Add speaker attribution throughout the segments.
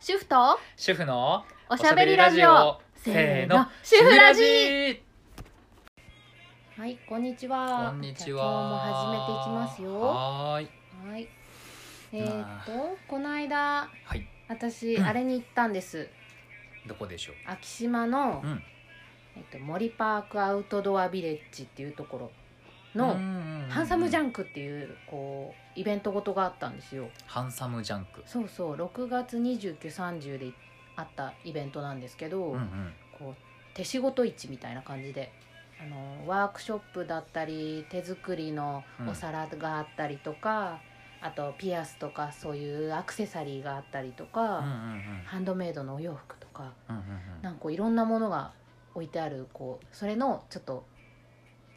Speaker 1: 主婦と
Speaker 2: 主婦の
Speaker 1: おしゃべりラジオ
Speaker 2: せ
Speaker 1: せ
Speaker 2: ー
Speaker 1: ー
Speaker 2: の
Speaker 1: の主婦ラ
Speaker 2: 主
Speaker 1: ジ
Speaker 2: 婦ラジ
Speaker 1: はいこんにちは
Speaker 2: こんにち
Speaker 1: じゃあ
Speaker 2: は
Speaker 1: 今日も始めていきますよは
Speaker 2: はーい
Speaker 1: いえー、っとこの間
Speaker 2: はい
Speaker 1: 私
Speaker 2: うん
Speaker 1: あれに行ったんです
Speaker 2: どこでしょう
Speaker 1: 昭島の、
Speaker 2: うん
Speaker 1: えっと、森パークアウトドアビレッジっていうところの、ハンサムジャ
Speaker 2: ンク
Speaker 1: ンクっていうこうイベントごとがあったんですよ
Speaker 2: ハンサムジャンク
Speaker 1: そうそう6月2930であったイベントなんですけど、
Speaker 2: うんうん
Speaker 1: こう手仕事市みたいな感じであのワークショップだったり手作りのお皿があったりとか、あとピアスとかそういうアクセサリーがあったりとか、
Speaker 2: うんうん
Speaker 1: ハンドメイドのお洋服とか
Speaker 2: うんうんうん
Speaker 1: なんかこういろんなものが置いてあるこうそれのちょっと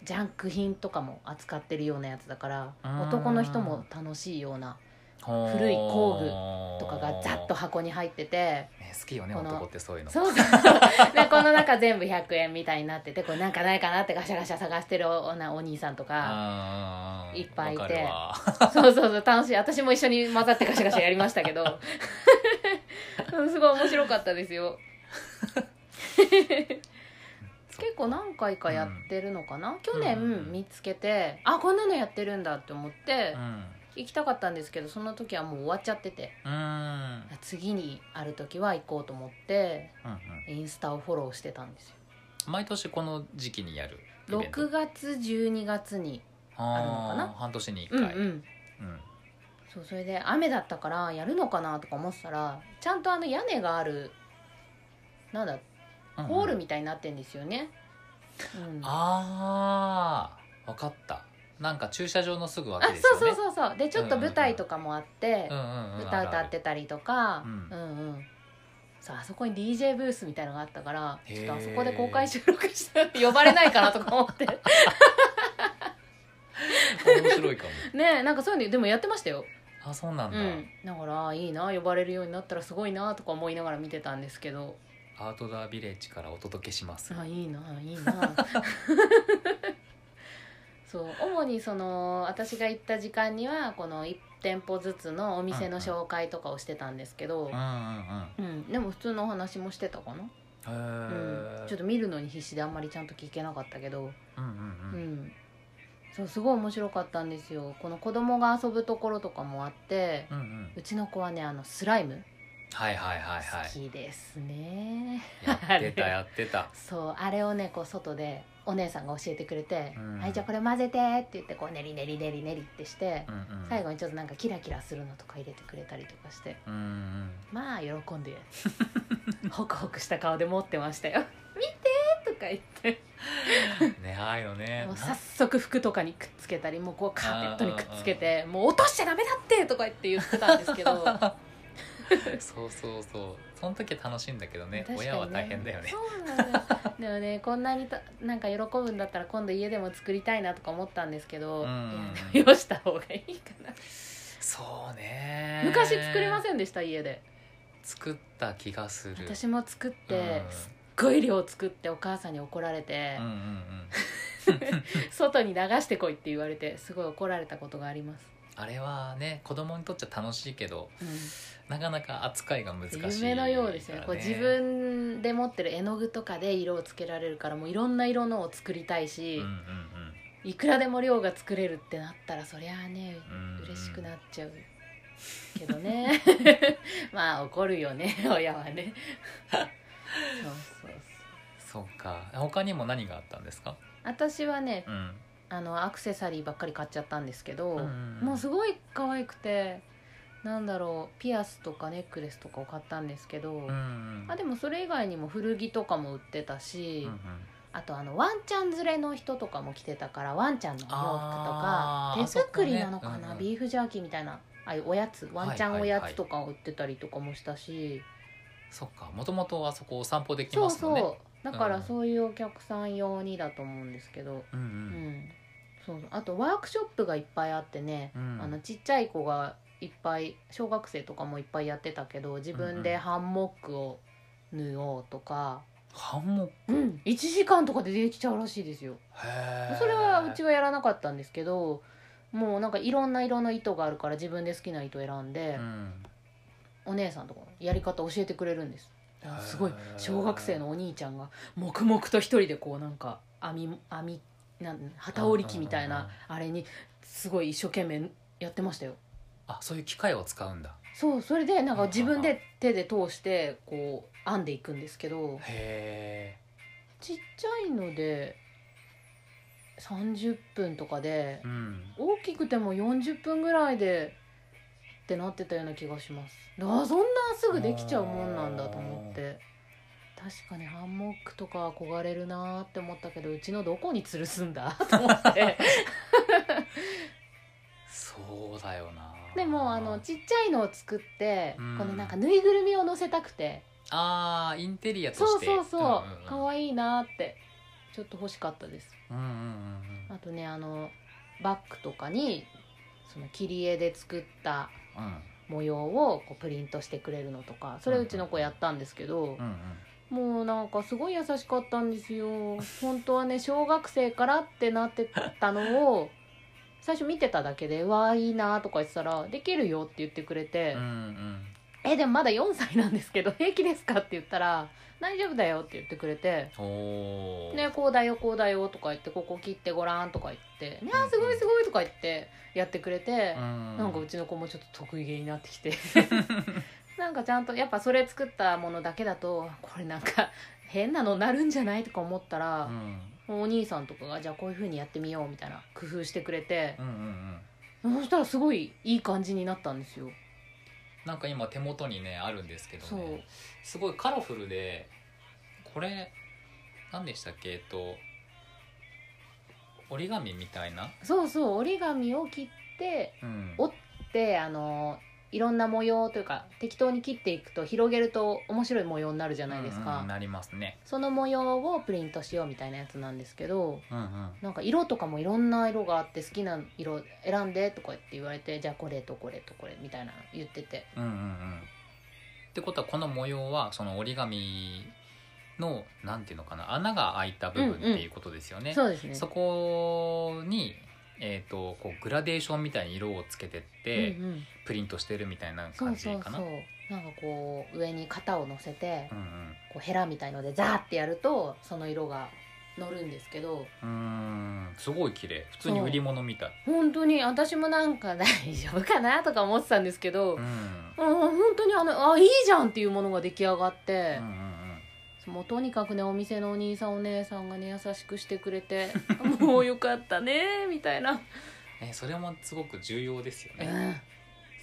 Speaker 1: ジャンク品とかも扱ってるようなやつだから
Speaker 2: うん
Speaker 1: 男の人も楽しいような
Speaker 2: ほー
Speaker 1: 古い工とかがざっと箱に入ってて
Speaker 2: ね好きよね
Speaker 1: この
Speaker 2: 男ってそういうの
Speaker 1: そうそうでこの中全部100円みたいになっててこれなんかないかなってガシャガシャ探してるおなお兄さんとか
Speaker 2: あー
Speaker 1: いっぱいいて
Speaker 2: わかるわ
Speaker 1: そうそうそう楽しい私も一緒に混ざってガシャガシャやりましたけど すごい面白かったです よ結構何回かやってるのかな、去年見つけて、あこんなのやってるんだって思って
Speaker 2: うん
Speaker 1: 行きたかったんですけどその時はもう終わっちゃってて
Speaker 2: うん
Speaker 1: 次にある時は行こうと思って
Speaker 2: うんうん
Speaker 1: インスタをフォローしてたんですよ
Speaker 2: 毎年この時期にやるイベント
Speaker 1: 6月12月に
Speaker 2: あ
Speaker 1: あるのかな
Speaker 2: ー半年に一
Speaker 1: うんう
Speaker 2: 回
Speaker 1: ん
Speaker 2: うん
Speaker 1: そうそれで雨だったからやるのかなとか思ってたらちゃんとあの屋根があるなんだ
Speaker 2: うん
Speaker 1: ホールみたいになってんですよね、うんあ
Speaker 2: あーわかったなんか駐車場のすぐ脇です
Speaker 1: そう
Speaker 2: よ
Speaker 1: そう
Speaker 2: ね
Speaker 1: そうそうでちょっと舞台とかもあって、
Speaker 2: うんうんうん
Speaker 1: 歌歌ってたりとか、
Speaker 2: う
Speaker 1: うんん、うんさああそこに DJ ブースみたいのがあったから
Speaker 2: へー
Speaker 1: ちょっとあそこで公開収録したって呼ばれないかなとか思ってね
Speaker 2: あるある面白いかも
Speaker 1: えなんかそういうのでもやってましたよ、
Speaker 2: あそうなんだ、
Speaker 1: うん、だからいいな呼ばれるようになったらすごいなとか思いながら見てたんですけど
Speaker 2: アートダービレッジからお届けします
Speaker 1: あいいないいなそう主にその私が行った時間にはこの1店舗ずつのお店の紹介とかをしてたんですけど
Speaker 2: うん、うんうん
Speaker 1: うん、でも普通のお話もしてたかな、
Speaker 2: へ
Speaker 1: うん
Speaker 2: ー、
Speaker 1: ちょっと見るのに必死であんまりちゃんと聞けなかったけど、
Speaker 2: うんうん
Speaker 1: うん
Speaker 2: うん
Speaker 1: そうすごい面白かったんですよこの子供が遊ぶところとかもあって
Speaker 2: うんうん
Speaker 1: うちの子はねあのスライム
Speaker 2: はいはいはいは
Speaker 1: 好
Speaker 2: い
Speaker 1: きですね、
Speaker 2: やってた
Speaker 1: あれ
Speaker 2: やってた
Speaker 1: そうあれをねこう外でお姉さんが教えてくれて「
Speaker 2: うん
Speaker 1: はいじゃあこれ混ぜて」って言ってこう練り練り練り練りってして、
Speaker 2: うんうん
Speaker 1: 最後にちょっとなんかキラキラするのとか入れてくれたりとかして
Speaker 2: うんうん
Speaker 1: まあ喜んでホクホクした顔で持ってましたよ「見て!」とか言って
Speaker 2: ねああいうのね
Speaker 1: もう早速服とかにくっつけたりもうこうカーペットにくっつけて「もう落としちゃダメだって!」とか言って言ってたんですけど
Speaker 2: そうそうそうその時は楽しいんだけどね
Speaker 1: 確かに
Speaker 2: 親は大変だよね
Speaker 1: そうなんだよでもねこんなにたなんか喜ぶんだったら今度家でも作りたいなとか思ったんですけど、
Speaker 2: うん
Speaker 1: いやでもよした方がいいかな、
Speaker 2: そうね
Speaker 1: 昔作りま
Speaker 2: ん
Speaker 1: せんでした家で
Speaker 2: 作った気がする
Speaker 1: 私も作って、
Speaker 2: うん
Speaker 1: すっごい量作ってお母さんに怒られて
Speaker 2: うん、うんうん
Speaker 1: 外に流してこいって言われてすごい怒られたことがあります、
Speaker 2: あれはね子供にとっちゃ楽しいけど
Speaker 1: うん
Speaker 2: なかなか扱いが難しいからね、
Speaker 1: 夢のようですよねこう自分で持ってる絵の具とかで色をつけられるからもういろんな色のを作りたいし、
Speaker 2: うんうん
Speaker 1: いくらでも量が作れるってなったらそりゃあね
Speaker 2: うんうん
Speaker 1: 嬉しくなっちゃうけど ねまあ怒るよね 親はねそうそうそう
Speaker 2: そうか他にも何があったんですか、
Speaker 1: 私はね
Speaker 2: うん、
Speaker 1: あのアクセサリーばっかり買っちゃったんですけど、
Speaker 2: うん
Speaker 1: もうすごい可愛くてなんだろうピアスとかネックレスとかを買ったんですけど、
Speaker 2: うんうん
Speaker 1: あでもそれ以外にも古着とかも売ってた
Speaker 2: うん
Speaker 1: し、
Speaker 2: うん
Speaker 1: あとあのワンちゃん連れの人とかも来てたからワンちゃんのお洋
Speaker 2: あー
Speaker 1: 服とか手作りなのか
Speaker 2: あそこ
Speaker 1: な、
Speaker 2: ねうんうん
Speaker 1: ビーフジャーキーみたいなああいうおやつワンちゃんおやつとかを売ってたりとかもしたし、
Speaker 2: そっかもともとあそこお散歩でき
Speaker 1: そ
Speaker 2: ま
Speaker 1: う
Speaker 2: すもんね
Speaker 1: そうだか
Speaker 2: うん
Speaker 1: らそういうお客さん用にだと思うんですけど、
Speaker 2: う
Speaker 1: う
Speaker 2: んう
Speaker 1: ん
Speaker 2: ん
Speaker 1: そうあとワークショップがいっぱいあってね、
Speaker 2: うん
Speaker 1: あのちっちゃい子がいっぱい小学生とかもいっぱいやってたけど自分でハンモックを縫おうとか、
Speaker 2: ハンモッ
Speaker 1: うん1時間とかでできちゃうらしいですよ。
Speaker 2: クへー
Speaker 1: それはうちはやらなかったんですけどもうなんかいろんな色の糸があるから自分で好きな糸選んで
Speaker 2: う、ん
Speaker 1: お姉さんとかやり方教えてくれるんですだからすごい
Speaker 2: へー
Speaker 1: 小学生のお兄ちゃんが黙々と一人でこうなんか網網なん旗織り機みたい
Speaker 2: うんうん
Speaker 1: な
Speaker 2: うん
Speaker 1: あれにすごい一生懸命やってましたよ
Speaker 2: あそういう機械を使うんだ
Speaker 1: そうそれでなんか自分で手で通してこう編んでいくんですけど
Speaker 2: へ
Speaker 1: ちっちゃいので30分とかで
Speaker 2: えうん
Speaker 1: 大きくても40分ぐらいでってなってたような気がしますあそんなすぐできちゃうもんなんだと思って確かにハンモックとか憧れるなーって思ったけどうちのどこに吊るすん だと思って
Speaker 2: そうだよな
Speaker 1: でもあのちっちゃいのを作って、
Speaker 2: うん
Speaker 1: このなんかぬいぐるみを乗せたくて
Speaker 2: あーインテリアと
Speaker 1: そ
Speaker 2: し
Speaker 1: う
Speaker 2: て
Speaker 1: そうそう可愛、
Speaker 2: い
Speaker 1: いなーってちょっと欲しかったです
Speaker 2: うんうんうん
Speaker 1: あとねあのバッグとかにその切り絵で作った
Speaker 2: うんうん
Speaker 1: 模様をこうプリントしてくれるのとかそれうちの子やったんですけど
Speaker 2: うんう、ん
Speaker 1: もうなんかすごい優しかったんですよ本当はね小学生からってなってたの を最初見てただけで「うわあいいな」とか言ってたら「できるよ」って言ってくれて
Speaker 2: うんうん
Speaker 1: 「えでもまだ4歳なんですけど 平気ですか?」って言ったら「大丈夫だよ」って言ってくれて
Speaker 2: おお、
Speaker 1: ね、こうだよこうだよとか言ってここ切ってごらんとか言って「ねあすごいすごい」とか言ってやってくれて
Speaker 2: う、ん、
Speaker 1: なんかうちの子もちょっと得意げになってき てなんかちゃんとやっぱそれ作ったものだけだとこれなんか変なのなるんじゃないとか思った
Speaker 2: う
Speaker 1: ら、
Speaker 2: ん
Speaker 1: お兄さんとかがじゃあこういう風にやってみようみたいな工夫してくれて
Speaker 2: う、んうんうん
Speaker 1: そしたらすごいいい感じになったんですよ
Speaker 2: なんか今手元にねあるんですけど
Speaker 1: そう
Speaker 2: ねすごいカラフルでこれ何でしたっけえっと折り紙みたいな、
Speaker 1: そうそう折り紙を切って
Speaker 2: うん
Speaker 1: 折であのいろんな模様というか適当に切っていくと広げると面白い模様になるじゃないですか、
Speaker 2: うんうんなりますね
Speaker 1: その模様をプリントしようみたいなやつなんですけど
Speaker 2: うんうん
Speaker 1: なんか色とかもいろんな色があって好きな色選んでとか言って言われてじゃあこれとこれとこれみたいなの言ってて
Speaker 2: うんうんうんってことはこの模様はその折り紙のなんていうのかな穴が開いた部分っていうことですよね、
Speaker 1: そうですね
Speaker 2: そこにえー、とこうグラデーションみたいに色をつけてって、
Speaker 1: うんうん、
Speaker 2: プリントしてるみたいな
Speaker 1: そ
Speaker 2: 感
Speaker 1: う
Speaker 2: じ
Speaker 1: そう
Speaker 2: か
Speaker 1: そう
Speaker 2: な
Speaker 1: なんかこう上に型を乗せて
Speaker 2: うんうん
Speaker 1: こうヘラみたいのでザーってやるとその色が乗るんですけど
Speaker 2: うーんすごい綺麗普通に売り物みたい
Speaker 1: 本当に私もなんか大丈夫かなとか思ってたんですけど、
Speaker 2: う
Speaker 1: うん
Speaker 2: ん
Speaker 1: 本当にあのあいいじゃんっていうものが出来上がっ
Speaker 2: うん
Speaker 1: て
Speaker 2: う、ん
Speaker 1: もうとにかくねお店のお兄さんお姉さんがね優しくしてくれて もうよかったねみたいな、
Speaker 2: うんねそれもすごく重要ですよ
Speaker 1: う
Speaker 2: ね
Speaker 1: ん、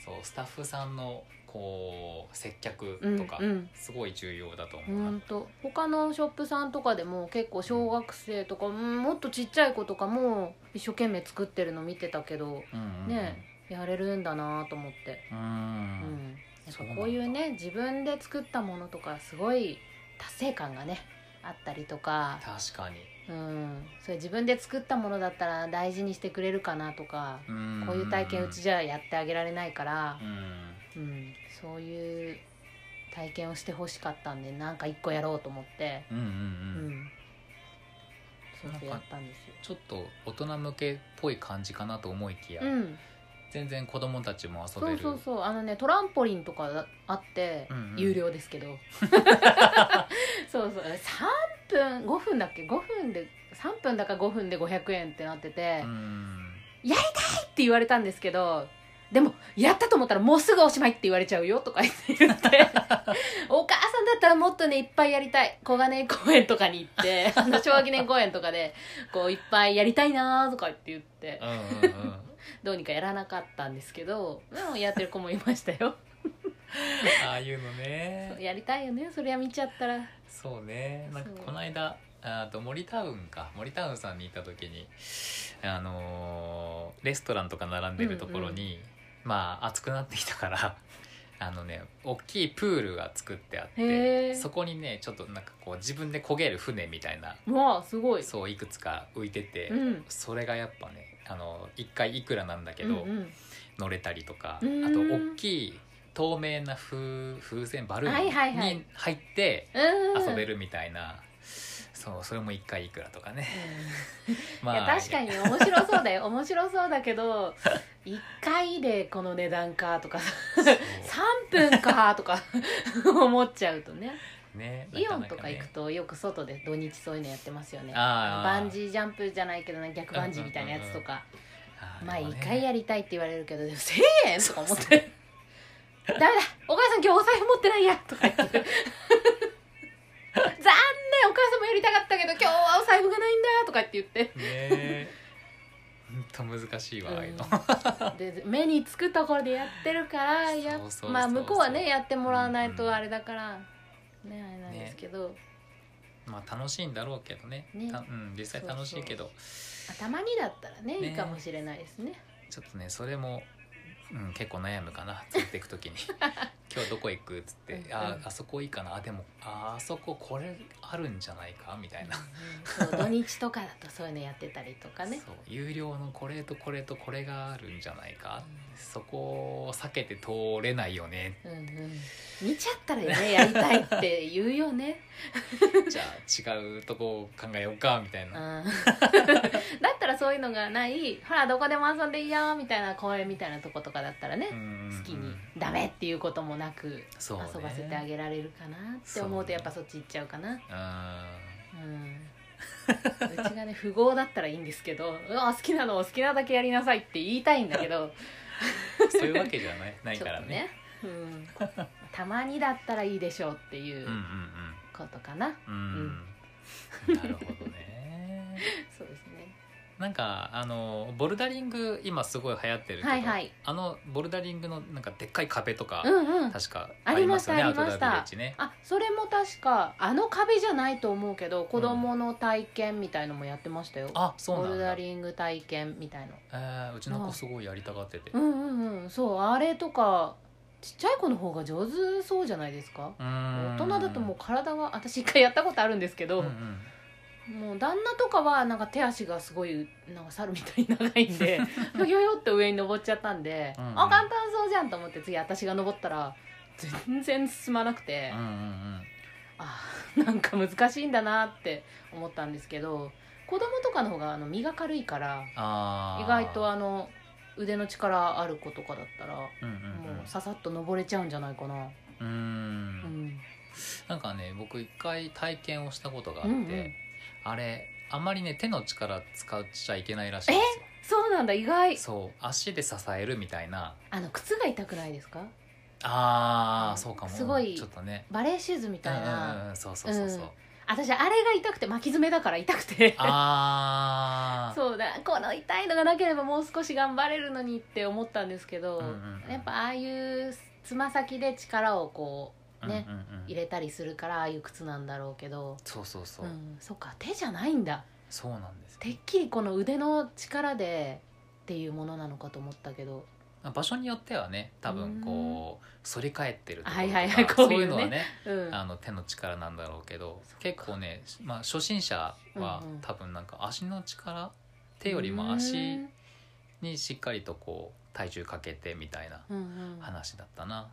Speaker 2: そうスタッフさんのこう接客
Speaker 1: うん
Speaker 2: とか
Speaker 1: うん
Speaker 2: すごい重要だと思うな
Speaker 1: 本当他のショップさんとかでも結構小学生とかうんもっとちっちゃい子とかも一生懸命作ってるの見てたけど
Speaker 2: うんうんうん
Speaker 1: ねやれるんだなと思って、
Speaker 2: うー
Speaker 1: うんん、やっ
Speaker 2: そう
Speaker 1: ぱ
Speaker 2: なんだ
Speaker 1: こういうね自分で作ったものとかすごい達成感がねあったりとか、
Speaker 2: 確かに
Speaker 1: うん、それ自分で作ったものだったら大事にしてくれるかなとか、
Speaker 2: ん
Speaker 1: こういう体験うちじゃやってあげられないから
Speaker 2: う、ん
Speaker 1: うん、そういう体験をしてほしかったんでなんか一個やろうと思って。
Speaker 2: うんうんう
Speaker 1: う
Speaker 2: んうん
Speaker 1: ん、そうそうやったんですよ。
Speaker 2: ちょっと大人向けっぽい感じかなと思いきや
Speaker 1: うん、
Speaker 2: 全然子供たちも遊
Speaker 1: そ
Speaker 2: べ
Speaker 1: う
Speaker 2: る
Speaker 1: そうそうあのねトランポリンとかだあって、
Speaker 2: うんうん
Speaker 1: 有料です けどそうそう3分5分だっけ5分で3分だか5分で500円ってなってて、っ
Speaker 2: うん
Speaker 1: て言われたんですけどでもやったと思ったらもうすぐおしまいって言われちゃうよとか言 って言ってお母さんだったらもっとねいっぱいやりたい小金井公園とかに行 ってあの昭和記念公園とかでこういっぱいやりたいなーとかって言って
Speaker 2: うんうん うん
Speaker 1: どうにかやらなかったんですけどでもやってる子もいました よ
Speaker 2: ああいうのね
Speaker 1: そうやりたいよねそれは見ちゃったら
Speaker 2: そうねなんか
Speaker 1: そう
Speaker 2: この間あと森タウンか森タウンさんに行った時にあのーレストランとか並んでるところに、まあ暑くなってきたから あのね大きいプールが作ってあっ
Speaker 1: へ
Speaker 2: て
Speaker 1: ー
Speaker 2: そこにねちょっとなんかこう自分で焦げる船みたいな
Speaker 1: うわあすごい
Speaker 2: そういくつか浮いてて、
Speaker 1: うん
Speaker 2: それがやっぱねあの1回いくらなんだけど、
Speaker 1: うんうん
Speaker 2: 乗れたりとかあ
Speaker 1: う
Speaker 2: と
Speaker 1: ん
Speaker 2: 大きい透明な風風船バルーン
Speaker 1: はいはいはい
Speaker 2: に入って
Speaker 1: うん
Speaker 2: 遊べるみたいな、そうそれも1回いくらとかね
Speaker 1: うん
Speaker 2: ま
Speaker 1: いや確 かに面白そうだよ面白そうだけど1回でこの値段かとか
Speaker 2: そ
Speaker 1: 3分かとか 思っちゃうとね
Speaker 2: うね
Speaker 1: イオン
Speaker 2: な
Speaker 1: と
Speaker 2: な
Speaker 1: か行くとよく外で土日そういうのやってますよね
Speaker 2: あー
Speaker 1: バンジージャンプじゃないけどなんか逆バンジーみたいなやつとか
Speaker 2: あー
Speaker 1: まあ
Speaker 2: でも
Speaker 1: 一
Speaker 2: ね
Speaker 1: 回やりたいって言われるけ どでも1000円とか思って「ダメだお母さん今日お財布持ってないや」とか 言って「残念お母さんもやりたかったけど今日はお財布がないんだ」とかって言って
Speaker 2: ねえほんと難しいわああいう の、
Speaker 1: で目につくところでやってるからや
Speaker 2: そうそうそう
Speaker 1: まあ向こうは
Speaker 2: そう
Speaker 1: ねやってもらわない
Speaker 2: うんう
Speaker 1: と
Speaker 2: ん
Speaker 1: あれだから、ねあれなんですけど、
Speaker 2: まあ楽しいんだろうけどね
Speaker 1: ね
Speaker 2: たうん実際楽しいけど
Speaker 1: まあたまにだったらね
Speaker 2: ね
Speaker 1: いいかもしれないですね
Speaker 2: ちょっとねそれも、うん、結構悩むかな作っていく時 に今日どこ行くっつって
Speaker 1: うん
Speaker 2: あ
Speaker 1: うん
Speaker 2: あそこいいかなあでもああそここれあるんじゃないかみたいな、
Speaker 1: うんそう土日とかだとそういうのやってたりとかね
Speaker 2: そう有料のこれとこれとこれがあるんじゃないか
Speaker 1: う
Speaker 2: そこを避けて通れないよね
Speaker 1: うんうん、見ちゃったらねやりたいって言うよね、
Speaker 2: じゃあ違うとこ考えよ うかみたい
Speaker 1: うん、 だ
Speaker 2: な、
Speaker 1: ったらそういうのがないほらどこでも遊んでいいよみたいな公園みたいなとことかだったらね、
Speaker 2: うん
Speaker 1: 好きにダメっていうこともなく
Speaker 2: そう、ね、
Speaker 1: 遊ばせてあげられるかなって思う
Speaker 2: そう
Speaker 1: と
Speaker 2: ね
Speaker 1: やっぱそっち行っちゃうかな
Speaker 2: う
Speaker 1: うんうちがね富豪だったらいいんですけど「うわ好きなのを好きなだけやりなさい」って言いたいんだけど
Speaker 2: んそういうわけじゃ ないな い
Speaker 1: ち
Speaker 2: か
Speaker 1: ょっ
Speaker 2: ら
Speaker 1: と
Speaker 2: ね
Speaker 1: ね、うん、たまにだったらいいでしょうっていう
Speaker 2: うんうん
Speaker 1: ことかな、
Speaker 2: うんうん、なるほどね
Speaker 1: そうですね
Speaker 2: なんかあのボルダリング今すごい流行ってるけど、
Speaker 1: はいはい
Speaker 2: あのボルダリングのなんかでっかい壁とか、
Speaker 1: うんうん
Speaker 2: 確かあ
Speaker 1: あ
Speaker 2: り
Speaker 1: り
Speaker 2: ま
Speaker 1: ますし
Speaker 2: よ
Speaker 1: た
Speaker 2: ね
Speaker 1: あ
Speaker 2: アウ
Speaker 1: りま
Speaker 2: トド
Speaker 1: し
Speaker 2: アビレ
Speaker 1: た
Speaker 2: ッジね
Speaker 1: あそれも確かあの壁じゃないと思うけど子供の体験みたいのもやってましたよ、
Speaker 2: あそう
Speaker 1: ボ
Speaker 2: な
Speaker 1: ル
Speaker 2: ん
Speaker 1: ダ
Speaker 2: だ、
Speaker 1: リング体験みたいの
Speaker 2: えーうちの子すごいやりたがってて、
Speaker 1: うんうんうんそうあれとかちっちゃい子の方が上手そうじゃないですか大
Speaker 2: 大
Speaker 1: 人だともう体は私一回やったことあるんですけ
Speaker 2: う
Speaker 1: ど、
Speaker 2: んうん
Speaker 1: もう旦那とかはなんか手足がすごいなんか猿みたいに長いん でひょひょって上に登っちゃったんで、
Speaker 2: うんうん
Speaker 1: あ簡単そうじゃんと思って次私が登ったら全然進まなくて、
Speaker 2: うんうん
Speaker 1: あーなんか難しいんだなって思ったんですけど子供とかの方があの身が軽いから
Speaker 2: あー
Speaker 1: 意外とあの腕の力ある子とかだったら、
Speaker 2: うんうん
Speaker 1: もうささっと登れちゃうんじゃないかな、
Speaker 2: う
Speaker 1: う
Speaker 2: んうん
Speaker 1: ん
Speaker 2: なんかね僕一回体験をしたことがあって、
Speaker 1: うんうん
Speaker 2: あれあんまりね手の力使っちゃいけないらしいんで
Speaker 1: そうなんだ意外
Speaker 2: すよそう足で支えるみたいな
Speaker 1: あの靴が痛くないですかう
Speaker 2: あー
Speaker 1: ん
Speaker 2: そうかも
Speaker 1: すごい
Speaker 2: ちょっとね
Speaker 1: バレーシューズみ
Speaker 2: うん
Speaker 1: たいな、
Speaker 2: うんうんそうそうそうそう、
Speaker 1: うん私あれが痛くて巻き爪だから痛くて
Speaker 2: ああ
Speaker 1: そうだこの痛いのがなければもう少し頑張れるのにって思ったんですけど、
Speaker 2: うんうんうん
Speaker 1: やっぱああいうつま先で力をこうね、
Speaker 2: うんうんうん
Speaker 1: 入れたりするからああいう靴なんだろうけど
Speaker 2: そうそうそうう、
Speaker 1: んそっか手じゃないんだ
Speaker 2: そうなんです
Speaker 1: てっきりこの腕の力でっていうものなのかと思ったけど
Speaker 2: 場所によってはね多分こう反り返ってるところとか、
Speaker 1: はいはいはいこ
Speaker 2: そううい
Speaker 1: いううね
Speaker 2: のはね
Speaker 1: うん
Speaker 2: あの手の力なんだろうけど
Speaker 1: そっか
Speaker 2: 結構ね、まあ、初心者は
Speaker 1: うんうん
Speaker 2: 多分なんか足の力手よりも足
Speaker 1: うん
Speaker 2: にしっかりとこう体重かけてみたいな
Speaker 1: うんうん
Speaker 2: 話だったな。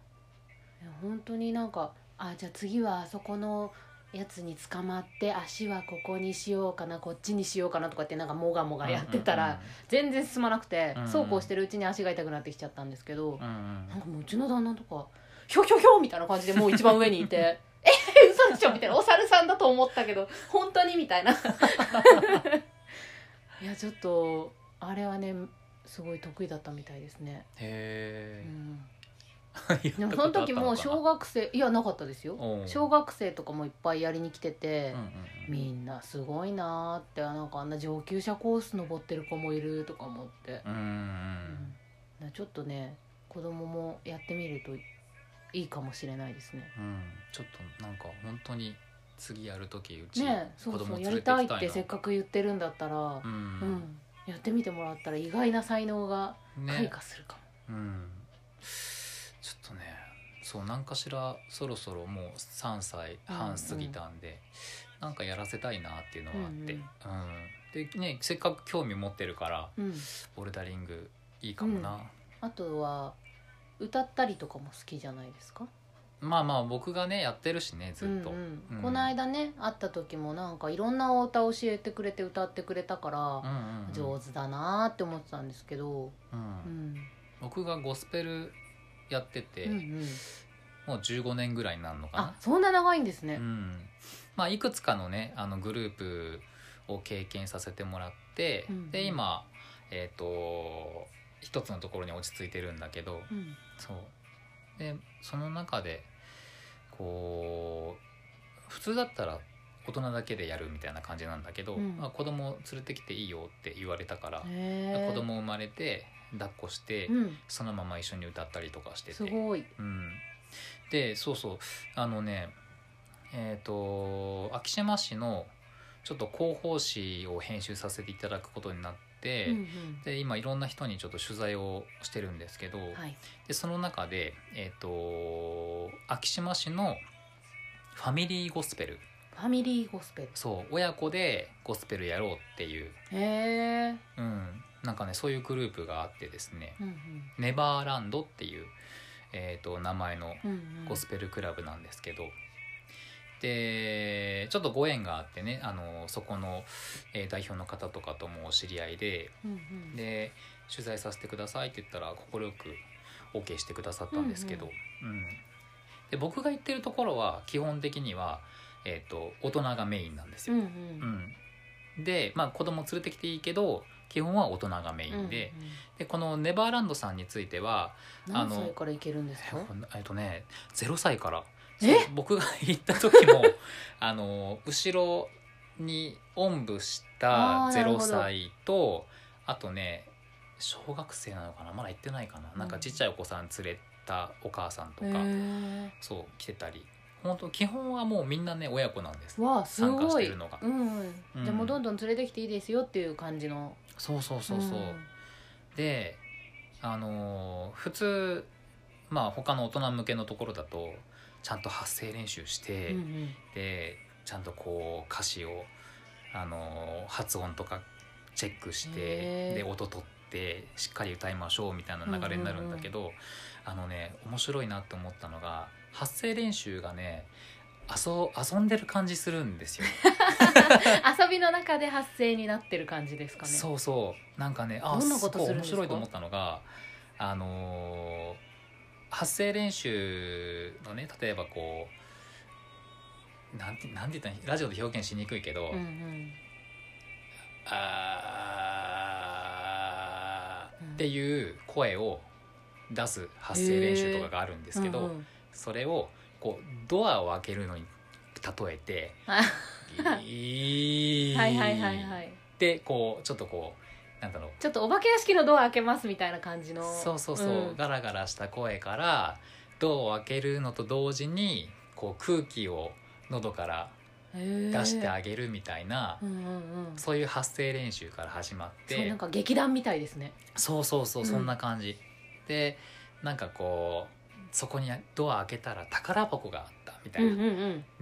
Speaker 1: いや本当になんかあじゃあ次はあそこのやつに捕まって足はここにしようかなこっちにしようかなとかってなんかもがもがやってたら、全然進まなくて、
Speaker 2: うんうん
Speaker 1: そうこうしてるうちに足が痛くなってきちゃったんですけど、
Speaker 2: うんうんうん
Speaker 1: なんかもううちの旦那とかひょひょひょみたいな感じでもう一番上に いてえ嘘でしょみたいなお猿さんだと思ったけど本当にみた いないやちょっとあれはねすごい得意だったみたいですね、うん、
Speaker 2: へえ、
Speaker 1: でもその時もう小
Speaker 2: 学
Speaker 1: 学生いやなかったですよ小学生とかもいっぱいやりに来てて、みんなすごいなーってなんかあんな上級者コース登ってる子もいるとか思って、
Speaker 2: うんう
Speaker 1: う
Speaker 2: ん
Speaker 1: んだからちょっとね子供もやってみるといいかもしれないですね
Speaker 2: うんうんちょっとなんか本当に次やる時うち
Speaker 1: ねそ
Speaker 2: 子
Speaker 1: うそ
Speaker 2: 供
Speaker 1: う
Speaker 2: 連
Speaker 1: や
Speaker 2: れて
Speaker 1: り
Speaker 2: きた
Speaker 1: た
Speaker 2: い
Speaker 1: い
Speaker 2: な
Speaker 1: ってせっかく言ってるんだったら
Speaker 2: う、
Speaker 1: うん
Speaker 2: ん
Speaker 1: やってみてもらったら意外な才能が開
Speaker 2: ね
Speaker 1: 花するかも、
Speaker 2: うんちょっとねそう何かしらそろそろもう3歳半過ぎたんで、なんかやらせたいなっていうのはあって、うんでねせっかく興味持ってるから
Speaker 1: うん、
Speaker 2: ボルダリングいいかもな、
Speaker 1: あとは歌ったりとかも好きじゃないですか
Speaker 2: まあまあ僕がねやってるしねずっと、
Speaker 1: うんうん
Speaker 2: うん
Speaker 1: この間ね会った時もなんかいろんなお歌を教えてくれて歌ってくれたから、
Speaker 2: うんうんうん
Speaker 1: 上手だなーって思ってたんですけど、
Speaker 2: うん
Speaker 1: うん
Speaker 2: 僕がゴスペルやってて、
Speaker 1: うんうん、
Speaker 2: もう15年ぐらいになるの
Speaker 1: あ
Speaker 2: か
Speaker 1: そんな長いんですね
Speaker 2: な、うんまあ、いくつかのねあのグループを経験させてもらって、
Speaker 1: うんうん
Speaker 2: で今えっ、と一つのところに落ち着いてるんだけど
Speaker 1: うん
Speaker 2: そうでその中でこう普通だったら大人だけでやるみたいな感じなんだけど、
Speaker 1: うん
Speaker 2: まあ、子供連れてきていいよって言われたから、
Speaker 1: へー
Speaker 2: 子供生まれて抱っこして、
Speaker 1: うん
Speaker 2: そのまま一緒に歌ったりとかしてて
Speaker 1: すごい
Speaker 2: うん、でそうそうあのねえっ、と昭島市のちょっと広報誌を編集させていただくことになって、
Speaker 1: うん
Speaker 2: で今いろんな人にちょっと取材をしてるんですけど、
Speaker 1: うんはい
Speaker 2: でその中で、えー、と昭島市のファミリーゴスペル
Speaker 1: ファミリーゴスペル
Speaker 2: そう親子でゴスペルやろうっていう、
Speaker 1: へえ、
Speaker 2: うん、なんかねそういうグループがあってですね
Speaker 1: うんうん
Speaker 2: ネバーランドっていう、えー、と名前の
Speaker 1: うんうん、
Speaker 2: ゴスペルクラブなんですけど、でちょっとご縁があってねあのそこの、えー代表の方とかともお知り合いで
Speaker 1: うんうん
Speaker 2: で取材させてくださいって言ったら快く OK してくださったんですけど、うんで僕が行ってるところは基本的には、えー、と大人がメインなんです
Speaker 1: うん
Speaker 2: よ。
Speaker 1: うん
Speaker 2: うんで、まあ、子供連れてきていいけど基本は大人がメインで,、
Speaker 1: うんうん
Speaker 2: でこのネバーランドさんについてはあ
Speaker 1: 何
Speaker 2: の
Speaker 1: 歳からいけるんですか
Speaker 2: えっとね0歳から
Speaker 1: え
Speaker 2: そう僕が行った時も あの後ろにおんぶした
Speaker 1: あーなる
Speaker 2: 0
Speaker 1: ほど
Speaker 2: 歳とあとね小学生なのかなまだ行ってないかな、
Speaker 1: うん
Speaker 2: なんかちっちゃいお子さん連れたお母さんとか、
Speaker 1: へえ
Speaker 2: そう来てたり本当基本はもうみんなね親子なんです
Speaker 1: わあす
Speaker 2: 参加し
Speaker 1: ご
Speaker 2: て
Speaker 1: い
Speaker 2: るのが
Speaker 1: うんうん
Speaker 2: うん
Speaker 1: じゃあもうどんどん連れてきていいですよっていう感じの
Speaker 2: そうそうそうそう、
Speaker 1: ん
Speaker 2: であのー普通まあ他の大人向けのところだとちゃんと発声練習して、
Speaker 1: うんうん
Speaker 2: でちゃんとこう歌詞を、あのー発音とかチェックして
Speaker 1: へー
Speaker 2: で音取ってしっかり歌いましょうみたいな流れになるんだけど、あのね面白いなって思ったのが発声練習がね遊遊んでる感じするんですよ。
Speaker 1: 遊びの中で発声になってる感じですかね
Speaker 2: そうそうなんかねあ
Speaker 1: どんな
Speaker 2: す
Speaker 1: こと
Speaker 2: ごい
Speaker 1: するん
Speaker 2: 面
Speaker 1: ですか
Speaker 2: 白いと思ったのがあのー発声練習のね例えばこうなんてなんて言ったらラジオで表現しにくいけど、
Speaker 1: うんうん
Speaker 2: あ
Speaker 1: う
Speaker 2: ー
Speaker 1: ん
Speaker 2: っていう声を出す発声練習とかがあるんですけど、
Speaker 1: うんうん
Speaker 2: それをこうドアを開けるのに例え て
Speaker 1: あ
Speaker 2: 「ギー
Speaker 1: はいはいはいは
Speaker 2: っ
Speaker 1: い
Speaker 2: てこうちょっとこうなんだろう
Speaker 1: ちょっとお化け屋敷のドア開けますみたいな感じの
Speaker 2: そうそうそう、
Speaker 1: ん
Speaker 2: ガラガラした声からドアを開けるのと同時にこう空気を喉から
Speaker 1: へー
Speaker 2: 出してあげるみたいな、
Speaker 1: うんうんうん
Speaker 2: そういう発声練習から始まって
Speaker 1: そうなんか劇団みたいですね
Speaker 2: そうそうそう
Speaker 1: うん
Speaker 2: そんな感じ、でなんかこうそこにドア開けたら宝箱があったみた
Speaker 1: う
Speaker 2: い
Speaker 1: ん
Speaker 2: な、
Speaker 1: うん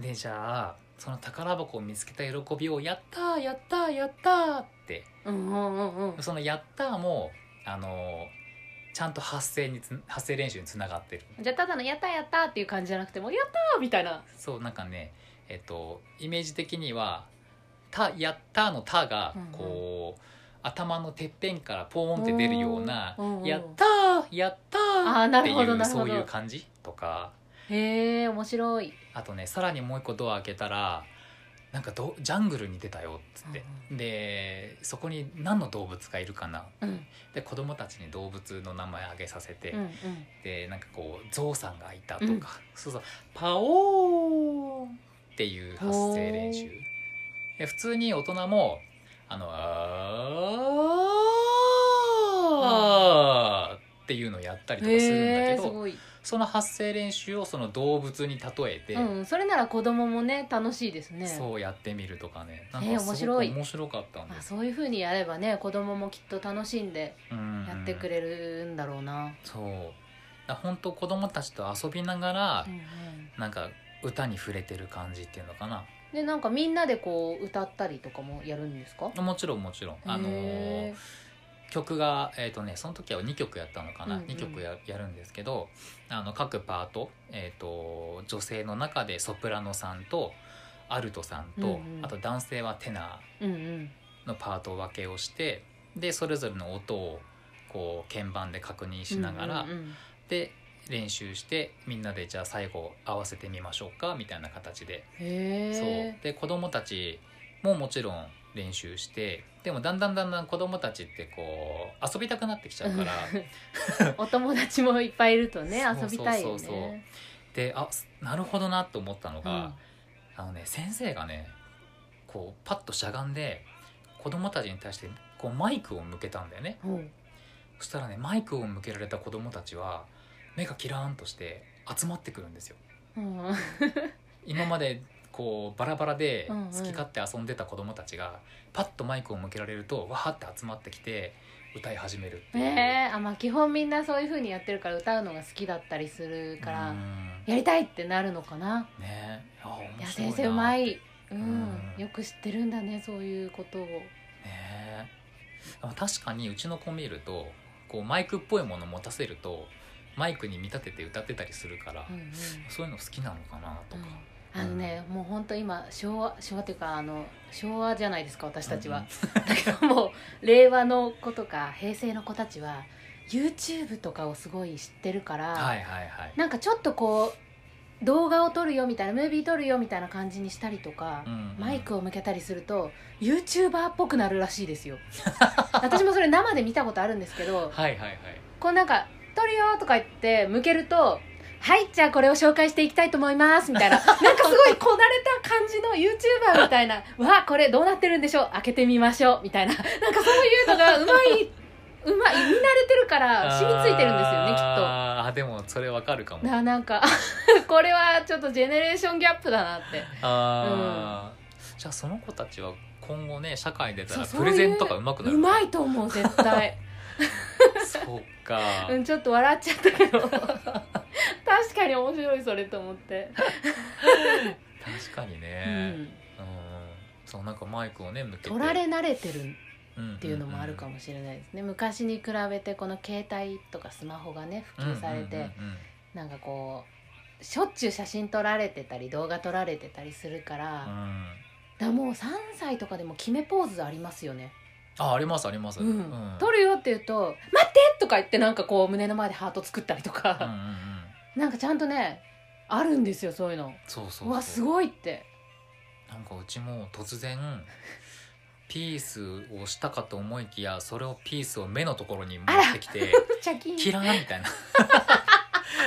Speaker 1: うん
Speaker 2: でじゃあその宝箱を見つけた喜びを「やったーやったーやったー」って
Speaker 1: うんうんうんうん
Speaker 2: その「やったーも」あのーちゃんと発声につ発声練習につながってる
Speaker 1: じゃあただの「やったやった」っていう感じじゃなくてもう「やった!」みたいな
Speaker 2: そうなんかねえっとイメージ的には「たやった」の「た」がこう、頭のてっぺんからポーンって出るような
Speaker 1: うんうんうん
Speaker 2: やったーやった
Speaker 1: あー
Speaker 2: ー
Speaker 1: な
Speaker 2: って
Speaker 1: るほど
Speaker 2: いう
Speaker 1: なるほ
Speaker 2: そ
Speaker 1: ど
Speaker 2: ういう感じとか
Speaker 1: へえ面白い
Speaker 2: あとねさらにもう一個ドア開けたらなんかどジャングルに出たよっつって、でそこに何の動物がいるかな
Speaker 1: うん
Speaker 2: で子供たちに動物の名前あげさせて、
Speaker 1: うんうん
Speaker 2: でなんかこうゾウさんがいたとか、
Speaker 1: うん
Speaker 2: そうそうパオーンっていう発声練習
Speaker 1: ほ
Speaker 2: で普通に大人もあのあーっていうのをやったりとかするんだ
Speaker 1: へ
Speaker 2: け
Speaker 1: えす
Speaker 2: ど
Speaker 1: ごい、
Speaker 2: その発声練習をその動物に例えて、
Speaker 1: うん、それなら子供もね楽しいですね
Speaker 2: そうやってみるとかねなん
Speaker 1: えー面
Speaker 2: かすごく
Speaker 1: 白い
Speaker 2: 面白かったんで
Speaker 1: あ
Speaker 2: す、
Speaker 1: そういうふうにやればね子供もきっと楽しんで
Speaker 2: うん
Speaker 1: やってくれるんだろうな、
Speaker 2: そうだ本当子供たちと遊びながら、
Speaker 1: うんうん
Speaker 2: なんか歌に触れてる感じっていうのかな
Speaker 1: でなんかみんなでこう歌ったりとかもやるんですか
Speaker 2: もちろんもちろんあのー
Speaker 1: へ
Speaker 2: 曲が、えーとね、その時は2曲やったのかな、
Speaker 1: うんうん
Speaker 2: 2曲ややるんですけどあの各パート,、えー、と女性の中でソプラノさんとアルトさんと、
Speaker 1: うんうん
Speaker 2: あと男性はテナ
Speaker 1: うんうん
Speaker 2: ーのパート分けをしてでそれぞれの音をこう鍵盤で確認しながら、
Speaker 1: うんうん
Speaker 2: で練習してみんなでじゃあ最後合わせてみましょうかみたいな形で
Speaker 1: へ
Speaker 2: そうで子供たちももちろん練習してでもだんだんだんだん子供たちってこう遊びたくなってきちゃう から
Speaker 1: えお友達もいっぱいいるとね
Speaker 2: そう
Speaker 1: 遊びたいよ
Speaker 2: そうそうそう
Speaker 1: ね
Speaker 2: であすなるほどなと思ったの
Speaker 1: うん
Speaker 2: が、あのね先生がねこうパッとしゃがんで子供たちに対してこうマイクを向けたんだよね
Speaker 1: ほう
Speaker 2: そしたらねマイクを向けられた子供たちは目がキラーンとして集まってくるんですよ
Speaker 1: うん
Speaker 2: 今までこうバラバラで
Speaker 1: うんうん
Speaker 2: 好き勝手遊んでた子供たちがパッとマイクを向けられるとわーって集まってきて歌い始めるっていう、
Speaker 1: ねえあまあ基本みんなそういう風にやってるから歌うのが好きだったりするから
Speaker 2: うん
Speaker 1: やりたいってなるのかな
Speaker 2: ねえあ
Speaker 1: いや
Speaker 2: 面白
Speaker 1: 先
Speaker 2: いな
Speaker 1: 生うまい、う
Speaker 2: うん
Speaker 1: ん、よく知ってるんだねそういうことを
Speaker 2: ねえでも確かにうちの子見るとこうマイクっぽいもの持たせるとマイクに見立てて歌ってたりするから、
Speaker 1: うんうん
Speaker 2: そういうの好きなのかなとか、
Speaker 1: あのね、もう本当今昭和昭和っていうかあの昭和じゃないですか私たちは、だけどもう令和の子とか平成の子たちは YouTube とかをすごい知ってるから、
Speaker 2: はいはいはい、
Speaker 1: なんかちょっとこう動画を撮るよみたいなムービー撮るよみたいな感じにしたりとか、
Speaker 2: うん
Speaker 1: マイクを向けたりすると YouTuber っぽくなるらしいですよ私もそれ生で見たことあるんですけど
Speaker 2: はいはいはい
Speaker 1: こうなんか「撮るよ」とか言って向けると「はいじゃあこれを紹介していきたいと思います」みたいななんかすごいこなれた感じの YouTuber みたいな「わあこれどうなってるんでしょう開けてみましょう」みたいななんかそういうのがうまいうまい見慣れてるから染みついてるんですよねきっと。
Speaker 2: あーでもそれわかるかも
Speaker 1: ななんか これはちょっとジェネレーションギャップだなって
Speaker 2: あー、じゃあその子たちは今後ね社会出たら
Speaker 1: そう
Speaker 2: プレゼンとかうまくなる
Speaker 1: うま
Speaker 2: い
Speaker 1: いと思う絶対
Speaker 2: そうか、
Speaker 1: うんちょっと笑っちゃったけど 確かに面白いそれと思って、
Speaker 2: 確かに
Speaker 1: う
Speaker 2: ね、
Speaker 1: ん、
Speaker 2: うんそうなんかマイクをね向けて
Speaker 1: 取られ慣れてる
Speaker 2: っ
Speaker 1: っていうのもあるかもしれないですね昔に比べてこの携帯とかスマホがね普及されてなんかこうしょっちゅう写真撮られてたり動画撮られてたりするから、だからもう3歳とかでも決めポーズありますよね
Speaker 2: あありますあります、
Speaker 1: うん
Speaker 2: うん
Speaker 1: 撮るよって言うと「待って!」とか言ってなんかこう胸の前でハート作ったりと
Speaker 2: うんうんう
Speaker 1: か、
Speaker 2: ん
Speaker 1: なんかちゃんとねあるんですよそういうの
Speaker 2: そうそうそう
Speaker 1: うわすごいって
Speaker 2: なんかうちも突然ピースをしたかと思いきやそれをピースを目のところに持ってきて
Speaker 1: チャキン
Speaker 2: キラーンみ たいな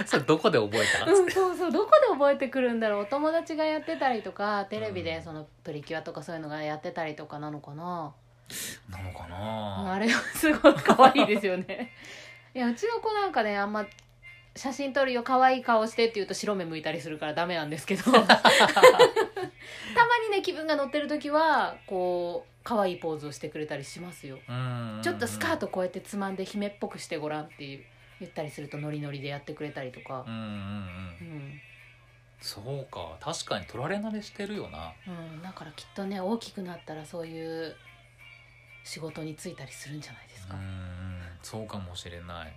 Speaker 2: それどこで覚えた、
Speaker 1: うん、そうそうどこで覚えてくるんだろうお友達がやってたりとかテレビでそのプリキュアとかそういうのがやってたりとかなのかな、
Speaker 2: なのか
Speaker 1: うんあ
Speaker 2: な
Speaker 1: れはすごい可愛いですよね いやうちの子なんかねあんま写真撮るよ可愛い顔してって言うと白目向いたりするからダメなんです けどたまにね気分が乗ってる時はこう可愛いポーズをしてくれたりしますよ
Speaker 2: うん
Speaker 1: ちょっとスカートこうやってつまんで姫っぽくしてごらんっていう言ったりするとノリノリでやってくれたりとか
Speaker 2: う、んうん
Speaker 1: う
Speaker 2: うん
Speaker 1: ん
Speaker 2: そうか確かに取られ慣れしてるよな
Speaker 1: うん、だからきっとね大きくなったらそういう仕事に就いたりするんじゃないです
Speaker 2: う
Speaker 1: か、
Speaker 2: んうんそうかもしれない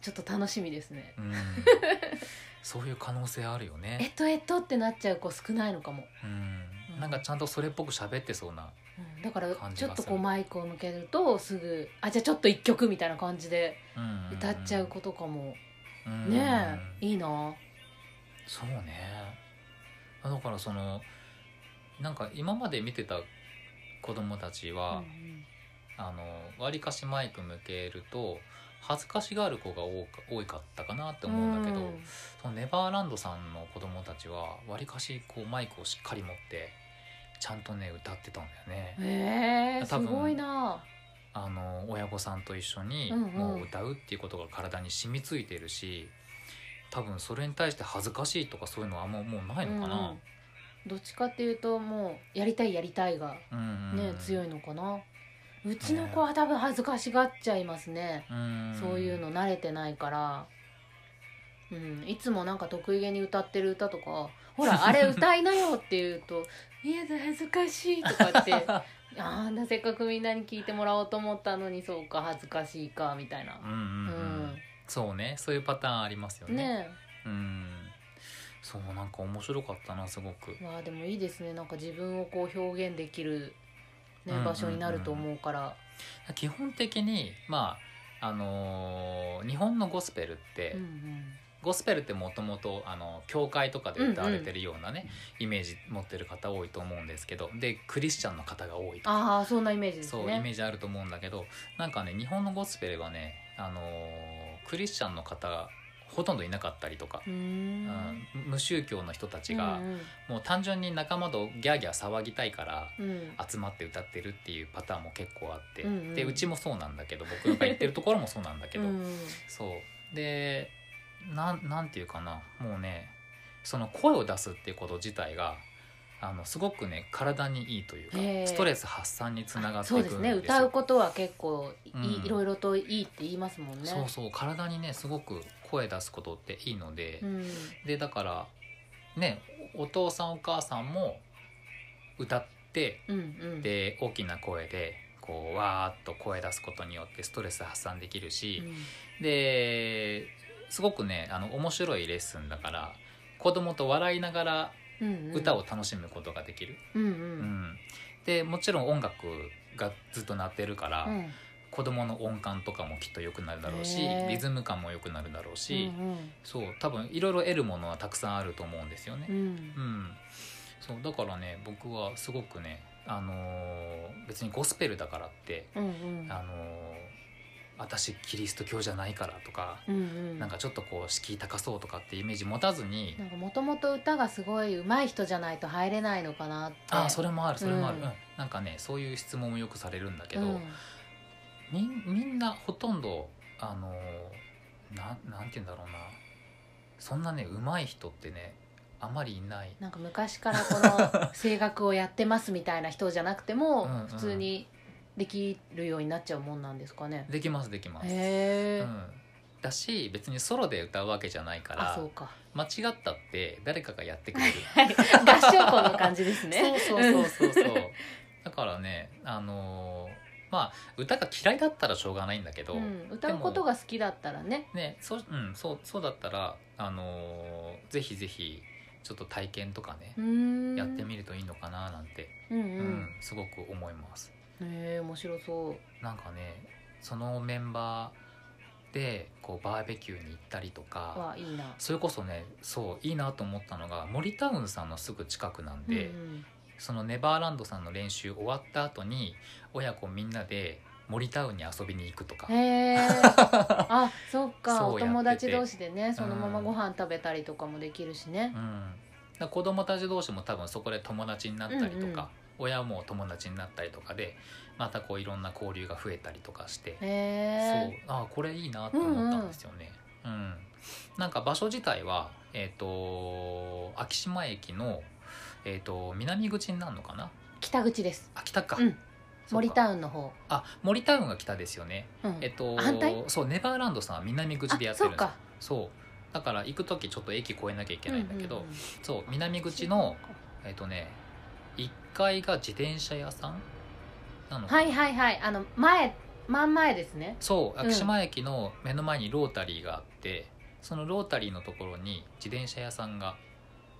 Speaker 1: ちょっと楽しみですね
Speaker 2: うん そういう可能性あるよ
Speaker 1: え
Speaker 2: ね
Speaker 1: っとえっとってなっちゃう子少ないのかも、
Speaker 2: うんなんかちゃんとそれっぽく喋ってそうな
Speaker 1: うん、だから
Speaker 2: 感じ
Speaker 1: ちょ
Speaker 2: が
Speaker 1: っ
Speaker 2: する
Speaker 1: とこうマイクを向けるとすぐ「あじゃあちょっと一曲」みたいな感じで
Speaker 2: うんんん
Speaker 1: 歌っちゃう子とかも、
Speaker 2: うん
Speaker 1: ねえいいな
Speaker 2: そうねだからそのなんか今まで見てた子供たちは、
Speaker 1: うんうん
Speaker 2: あの割かしマイク向けると恥ずかしがる子が多か多かったかなって思うんだけど、
Speaker 1: うん
Speaker 2: そのネバーランドさんの子供たちは割かしこうマイクをしっかり持ってちゃんとね歌ってたんだよね。
Speaker 1: えー、す
Speaker 2: 多分
Speaker 1: ごいな
Speaker 2: あの親御さんと一緒に
Speaker 1: うんうん
Speaker 2: もう歌うっていうことが体に染みついてるし、多分それに対して恥ずかしいとかそういうのはあんまもうないのかな。
Speaker 1: うんどっちかっていうともうやりたいやりたいが
Speaker 2: うんうん
Speaker 1: ね、強
Speaker 2: い、
Speaker 1: いのかなうちの子は多分恥ずかしがっちゃいますね、
Speaker 2: うん
Speaker 1: そういうの慣れてないからうん、いつもなんか得意げに歌ってる歌とか「ほらあれ歌いなよ」って言う と「いや恥ずかしい」とかってああーせっかくみんなに聞いてもらおうと思ったのにそうか恥ずかしいかみたいな
Speaker 2: うん。うんうんそうねそういうパターンありますよ
Speaker 1: うん、
Speaker 2: ね
Speaker 1: ね
Speaker 2: うんそうなんか面白かったなすごく
Speaker 1: えまあでもいいですねなんか自分をこう表現できる、ね
Speaker 2: うんうんうん
Speaker 1: 場所になると思うから。
Speaker 2: 基本的にまああのー日本のゴスペルって、
Speaker 1: うんうん
Speaker 2: ゴスペルってもともとあの教会とかで歌われてるようなね、イメージ持ってる方多いと思うんですけどでクリスチャンの方が多いとか
Speaker 1: ああそんなイメージです
Speaker 2: そう
Speaker 1: ね。
Speaker 2: イメージあると思うんだけどなんかね日本のゴスペルはね、あのークリスチャンの方がほとんどいなかったりとか、
Speaker 1: うー
Speaker 2: うんん無宗教の人たちが、
Speaker 1: うん
Speaker 2: もう単純に仲間とギャーギャー騒ぎたいから
Speaker 1: うん
Speaker 2: 集まって歌ってるっていうパターンも結構あって、
Speaker 1: うんうん
Speaker 2: でうちもそうなんだけど僕が行ってるところもそうなんだけど、
Speaker 1: うん
Speaker 2: そうでなんなんていうかなもうねその声を出すっていうこと自体があのすごくね体にいいというか
Speaker 1: へー
Speaker 2: ストレス発散につながってい
Speaker 1: そうで
Speaker 2: くんで
Speaker 1: す
Speaker 2: すよ
Speaker 1: ね歌うことは結構い,、
Speaker 2: うん
Speaker 1: いろいろといいって言いますもんね。
Speaker 2: そうそう体にねすごく声出すことっていいので、
Speaker 1: うん
Speaker 2: でだからねお父さんお母さんも歌って
Speaker 1: うんうん、
Speaker 2: で大きな声でこうわーっと声出すことによってストレス発散できるし、ですごくねあの面白いレッスンだから子供と笑いながら
Speaker 1: うんうんうん、
Speaker 2: 歌を楽しむことができる、
Speaker 1: うんう
Speaker 2: うん
Speaker 1: ん
Speaker 2: でもちろん音楽がずっと鳴ってるから、
Speaker 1: うん
Speaker 2: 子供の音感とかもきっと良くなるだろうし
Speaker 1: へー
Speaker 2: リズム感も良くなるだろう
Speaker 1: う
Speaker 2: し、
Speaker 1: ん
Speaker 2: そう多分いろいろ得るものはたくさんあると思うんですよね
Speaker 1: う。ん
Speaker 2: うんそうだからね僕はすごくね、あのー別にゴスペルだからって、
Speaker 1: うんうん
Speaker 2: あのー私キリスト教じゃないからとか
Speaker 1: うんうん
Speaker 2: なんかちょっとこう敷居高そうとかってイメージ持たずに、
Speaker 1: なんかもともと歌がすごい上手い人じゃないと入れないのかなって
Speaker 2: ああそれもあるそれもある、
Speaker 1: う
Speaker 2: うんんなんかねそういう質問もよくされるんだけ
Speaker 1: う
Speaker 2: ど、
Speaker 1: ん
Speaker 2: みんみんなほとんどあのーななんて言うんだろうなそんなね上手い人ってねあまりいない。
Speaker 1: なんか昔からこの声楽をやってますみたいな人じゃなくても
Speaker 2: うんうん
Speaker 1: 普通にできるようになっちゃうもんなんですかね。
Speaker 2: できますできます、
Speaker 1: へえ、
Speaker 2: うん、だし別にソロで歌うわけじゃないか
Speaker 1: あ
Speaker 2: ら
Speaker 1: そうか
Speaker 2: 間違ったって誰かがやってくれる。
Speaker 1: 合唱校の感じです ね。
Speaker 2: そうそうそうそうそうだからねあのーまあ歌が嫌いだったらしょうがないんだけど、
Speaker 1: うん、歌うことが好きだったらね。
Speaker 2: ねそううん、そうそうだったら、あのーぜひぜひちょっと体験とかね、や
Speaker 1: や
Speaker 2: ってみるといいのかななんて、
Speaker 1: うんう
Speaker 2: うん
Speaker 1: ん
Speaker 2: すごく思います。
Speaker 1: へえ面白そう。
Speaker 2: なんかねそのメンバーでこうバーベキューに行ったりとか
Speaker 1: わいいな。
Speaker 2: それこそねそういいなと思ったのが森タウンさんのすぐ近くなんで。
Speaker 1: うん
Speaker 2: そのネバーランドさんの練習終わった後に親子みんなで森タウンに遊びに行くとか
Speaker 1: うん、 へえあそっか
Speaker 2: そう
Speaker 1: お
Speaker 2: やってて
Speaker 1: 友達同士でねそのままご飯食べたりとかもできるし
Speaker 2: うん、
Speaker 1: ね
Speaker 2: だから子供たち同士も多分そこで友達になったりとか、
Speaker 1: うんうん
Speaker 2: 親も友達になったりとかでまたこういろんな交流が増えたりとかして、
Speaker 1: へ
Speaker 2: そう
Speaker 1: え
Speaker 2: あこれいいなって思ったんですよね。うん、なんか場所自体は、えー、と昭島駅の、えー、と南口になるのかな
Speaker 1: 北口です
Speaker 2: あ北か、
Speaker 1: うん
Speaker 2: そうか
Speaker 1: 森タウンの方、
Speaker 2: あ森タウンが北ですよね
Speaker 1: うん、
Speaker 2: えっと
Speaker 1: あ反対
Speaker 2: そうネバーランドさんは南口でやって
Speaker 1: あそ
Speaker 2: るん
Speaker 1: う
Speaker 2: です
Speaker 1: か
Speaker 2: そうだから行く時ちょっと駅越えなきゃいけないんだけど、
Speaker 1: うんうんうん
Speaker 2: そう南口のえっとね1階が自転車屋さんなのか
Speaker 1: は
Speaker 2: な
Speaker 1: いはいはいあの前真ん前ですね
Speaker 2: そう
Speaker 1: うん
Speaker 2: 昭島駅の目の前にロータリーがあって、そのロータリーのところに自転車屋さんが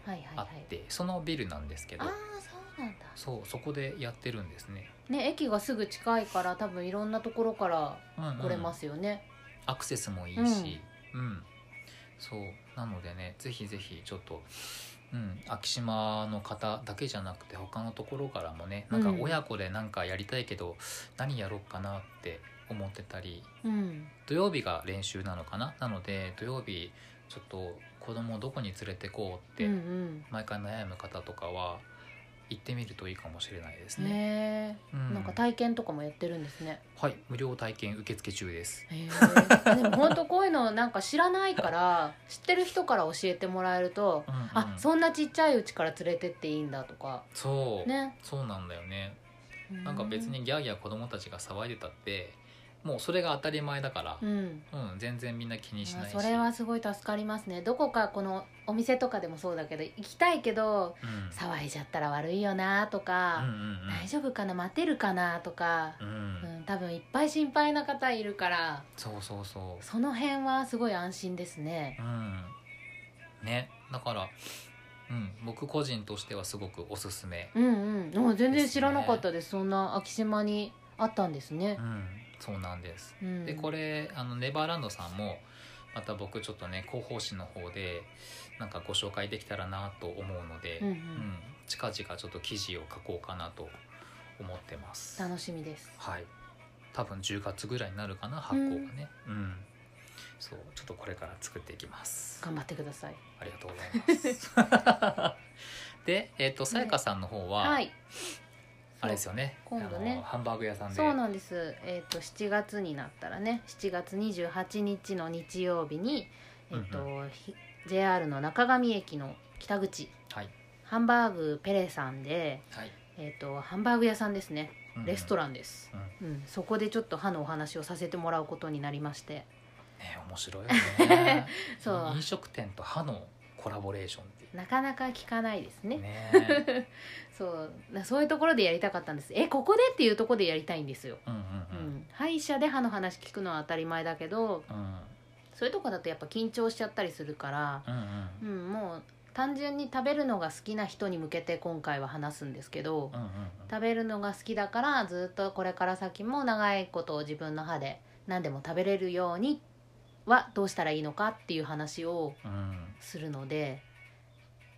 Speaker 1: はいはい
Speaker 2: あ
Speaker 1: は
Speaker 2: っ
Speaker 1: い
Speaker 2: て、そのビルなんですけど
Speaker 1: ああそうなんだ
Speaker 2: そうそこでやってるんですね、
Speaker 1: ね駅がすぐ近いから多分いろんなところから
Speaker 2: うんうん
Speaker 1: 来れますよね、
Speaker 2: アクセスもいいし、うんそうなのでねぜひぜひちょっと、うん、昭島の方だけじゃなくて他のところからもねなんか
Speaker 1: うん
Speaker 2: 親子でなんかやりたいけど、何やろうかなって思ってたり
Speaker 1: うん
Speaker 2: 土曜日が練習なのかななので土曜日ちょっと子供をどこに連れてこうっ
Speaker 1: うんう
Speaker 2: て
Speaker 1: ん
Speaker 2: 毎回悩む方とかは行ってみるといいかもしれないですね。
Speaker 1: ね
Speaker 2: うん、
Speaker 1: なんか体験とかもやってるんですね
Speaker 2: はい無料体験受付中です。
Speaker 1: へえ でも本当こういうのなんか知らないから知ってる人から教えてもらえると、
Speaker 2: うんうん
Speaker 1: あそんなちっちゃいうちから連れてっていいんだとか
Speaker 2: そう、
Speaker 1: ね
Speaker 2: そうなんだよね。なんか別にギャーギャー子供たちが騒いでたってもうそれが当たり前だから、
Speaker 1: うん
Speaker 2: うん全然みんな気にしないし
Speaker 1: それはすごい助かりますねどこかこのお店とかでもそうだけど行きたいけど
Speaker 2: うん、
Speaker 1: 騒いじゃったら悪いよなと
Speaker 2: うん
Speaker 1: か、
Speaker 2: うんうん
Speaker 1: 大丈夫かな待てるかなとか、
Speaker 2: う
Speaker 1: うんん、多分いっぱい心配な方いるから
Speaker 2: そうそうそう
Speaker 1: その辺はすごい安心ですね。
Speaker 2: うんねだから、うん、僕個人としてはすごくおすすめ、
Speaker 1: うんうん、お全然知らなかったですそんな昭島にあったんですね
Speaker 2: う。ん、そうなんです
Speaker 1: うん、
Speaker 2: でこれあのネバーランドさんもまた僕ちょっとね広報誌の方でなんかご紹介できたらなと思うので、
Speaker 1: うんうん
Speaker 2: うん近々ちょっと記事を書こうかなと思ってます
Speaker 1: 楽しみです。
Speaker 2: はい多分10月ぐらいになるかな発行がねうん、そうちょっとこれから作っていきます
Speaker 1: 頑張ってください。
Speaker 2: ありがとうござ いますでえっ、とさやかさんの方は、
Speaker 1: はい。
Speaker 2: あれですよね
Speaker 1: 今度ね
Speaker 2: あのハンバーグ屋さんで
Speaker 1: そうなんです。えっ、と7月になったらね、7月28日の日曜日にえっ、と、
Speaker 2: う
Speaker 1: ひ JR の中上駅の北口
Speaker 2: はい
Speaker 1: ハンバーグペレさんで
Speaker 2: はい、
Speaker 1: えっ、とハンバーグ屋さんですね。レスト
Speaker 2: ラン、
Speaker 1: ランです。うん、そこでちょっと歯のお話をさせてもらうことになりまして、
Speaker 2: ね面白いよね
Speaker 1: そう
Speaker 2: 飲食店と歯のコラボレーションって
Speaker 1: なかなか聞かないですね。
Speaker 2: ね
Speaker 1: そうなそういうところでやりたかったんですえここでっていうところでやりたいんですよ、
Speaker 2: うんうん
Speaker 1: うん
Speaker 2: うん
Speaker 1: 歯医者で歯の話聞くのは当たり前だけど
Speaker 2: うん
Speaker 1: そういうとこだとやっぱ緊張しちゃったりするから、
Speaker 2: うん
Speaker 1: う
Speaker 2: うん
Speaker 1: ん、もう単純に食べるのが好きな人に向けて今回は話すんですけど、
Speaker 2: うんうん
Speaker 1: 食べるのが好きだからずっとこれから先も長いことを自分の歯で何でも食べれるようにはどうしたらいいのかっていう話を
Speaker 2: うん
Speaker 1: するので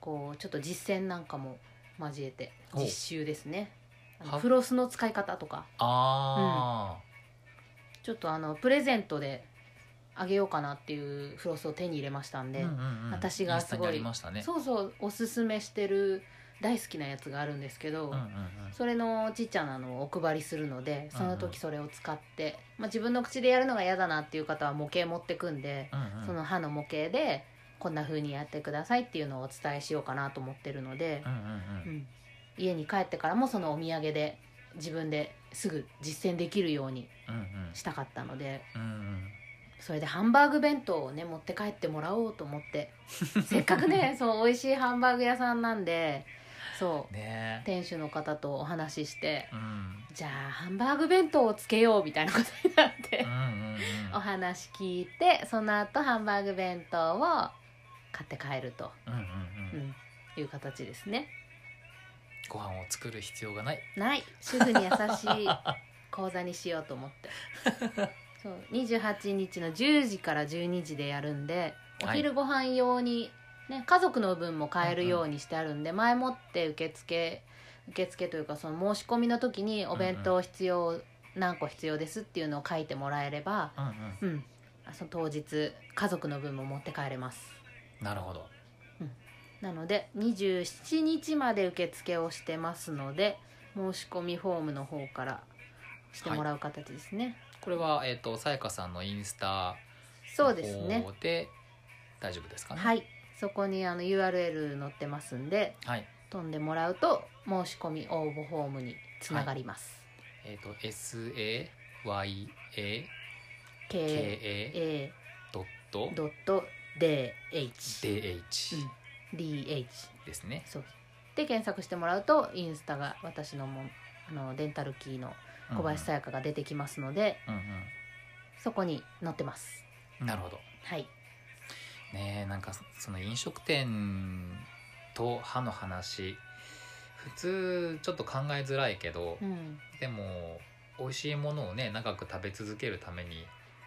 Speaker 1: こうちょっと実践なんかも交えて
Speaker 2: お
Speaker 1: 実習ですねあの
Speaker 2: は
Speaker 1: フロスの使い方とか
Speaker 2: あ
Speaker 1: ちょっとあのプレゼントであげようかなっていうフロスを手に入れましたん
Speaker 2: ー
Speaker 1: で、
Speaker 2: うんうんうん
Speaker 1: 私がすごい
Speaker 2: インスタにありましたね
Speaker 1: そうそうおすすめしてる大好きなやつがあるんですけど、
Speaker 2: うんうんうん
Speaker 1: それのちっちゃなのをお配りするのでその
Speaker 2: うんうん
Speaker 1: 時それを使って、まあ、自分の口でやるのが嫌だなっていう方は模型持ってくんで、
Speaker 2: うんうん
Speaker 1: その歯の模型でこんな風にやってくださいっていうのをお伝えしようかなと思ってるので
Speaker 2: う、んうん
Speaker 1: う
Speaker 2: うん
Speaker 1: ん家に帰ってからもそのお土産で自分ですぐ実践できるように
Speaker 2: うん
Speaker 1: したかったので
Speaker 2: うんうん
Speaker 1: それでハンバーグ弁当をね持って帰ってもらおうと思って せっかくねそう美味しいハンバーグ屋さんなんでそう
Speaker 2: ね
Speaker 1: 店主の方とお話しして
Speaker 2: うん
Speaker 1: じゃあハンバーグ弁当をつけようみたいなことになって
Speaker 2: うんうんうん
Speaker 1: お話聞いてその後ハンバーグ弁当を買って帰ると、
Speaker 2: うんうん
Speaker 1: う
Speaker 2: うん
Speaker 1: ん、いう形ですね
Speaker 2: ご飯を作る必要がない
Speaker 1: ない主婦に優しい講座にしようと思ってそう28日の10時から12時でやるんでお
Speaker 2: はい
Speaker 1: 昼ご飯用に、ね、家族の分も買えるようにしてあるんで、前もって受付受付というかその申し込みの時にお弁当必要、何個必要ですっていうのを書いてもらえればう
Speaker 2: うんうん
Speaker 1: ん、あその当日家族の分も持って帰れます
Speaker 2: なるほど
Speaker 1: なので27日まで受付をしてますので申し込みフォームの方からしてもらう形ですね、
Speaker 2: これはえっとさやかさんのインスタ
Speaker 1: そうですね
Speaker 2: の方で大丈夫ですかね
Speaker 1: はいそこにあの URL 載ってますんで
Speaker 2: はい
Speaker 1: 飛んでもらうと申し込み応募フォームにつながります、
Speaker 2: えっ、と sayaka.dh
Speaker 1: ka.dh
Speaker 2: ですね。
Speaker 1: そうで検索してもらうとインスタが私のもあのデンタルキーの小林さやかが出てきますので、
Speaker 2: うんうん、
Speaker 1: そこに載ってます
Speaker 2: うんなるほど。
Speaker 1: はい
Speaker 2: ねえなんかそその飲食店と歯の話普通ちょっと考えづらいけど、
Speaker 1: うん
Speaker 2: でも美味しいものをね長く食べ続けるために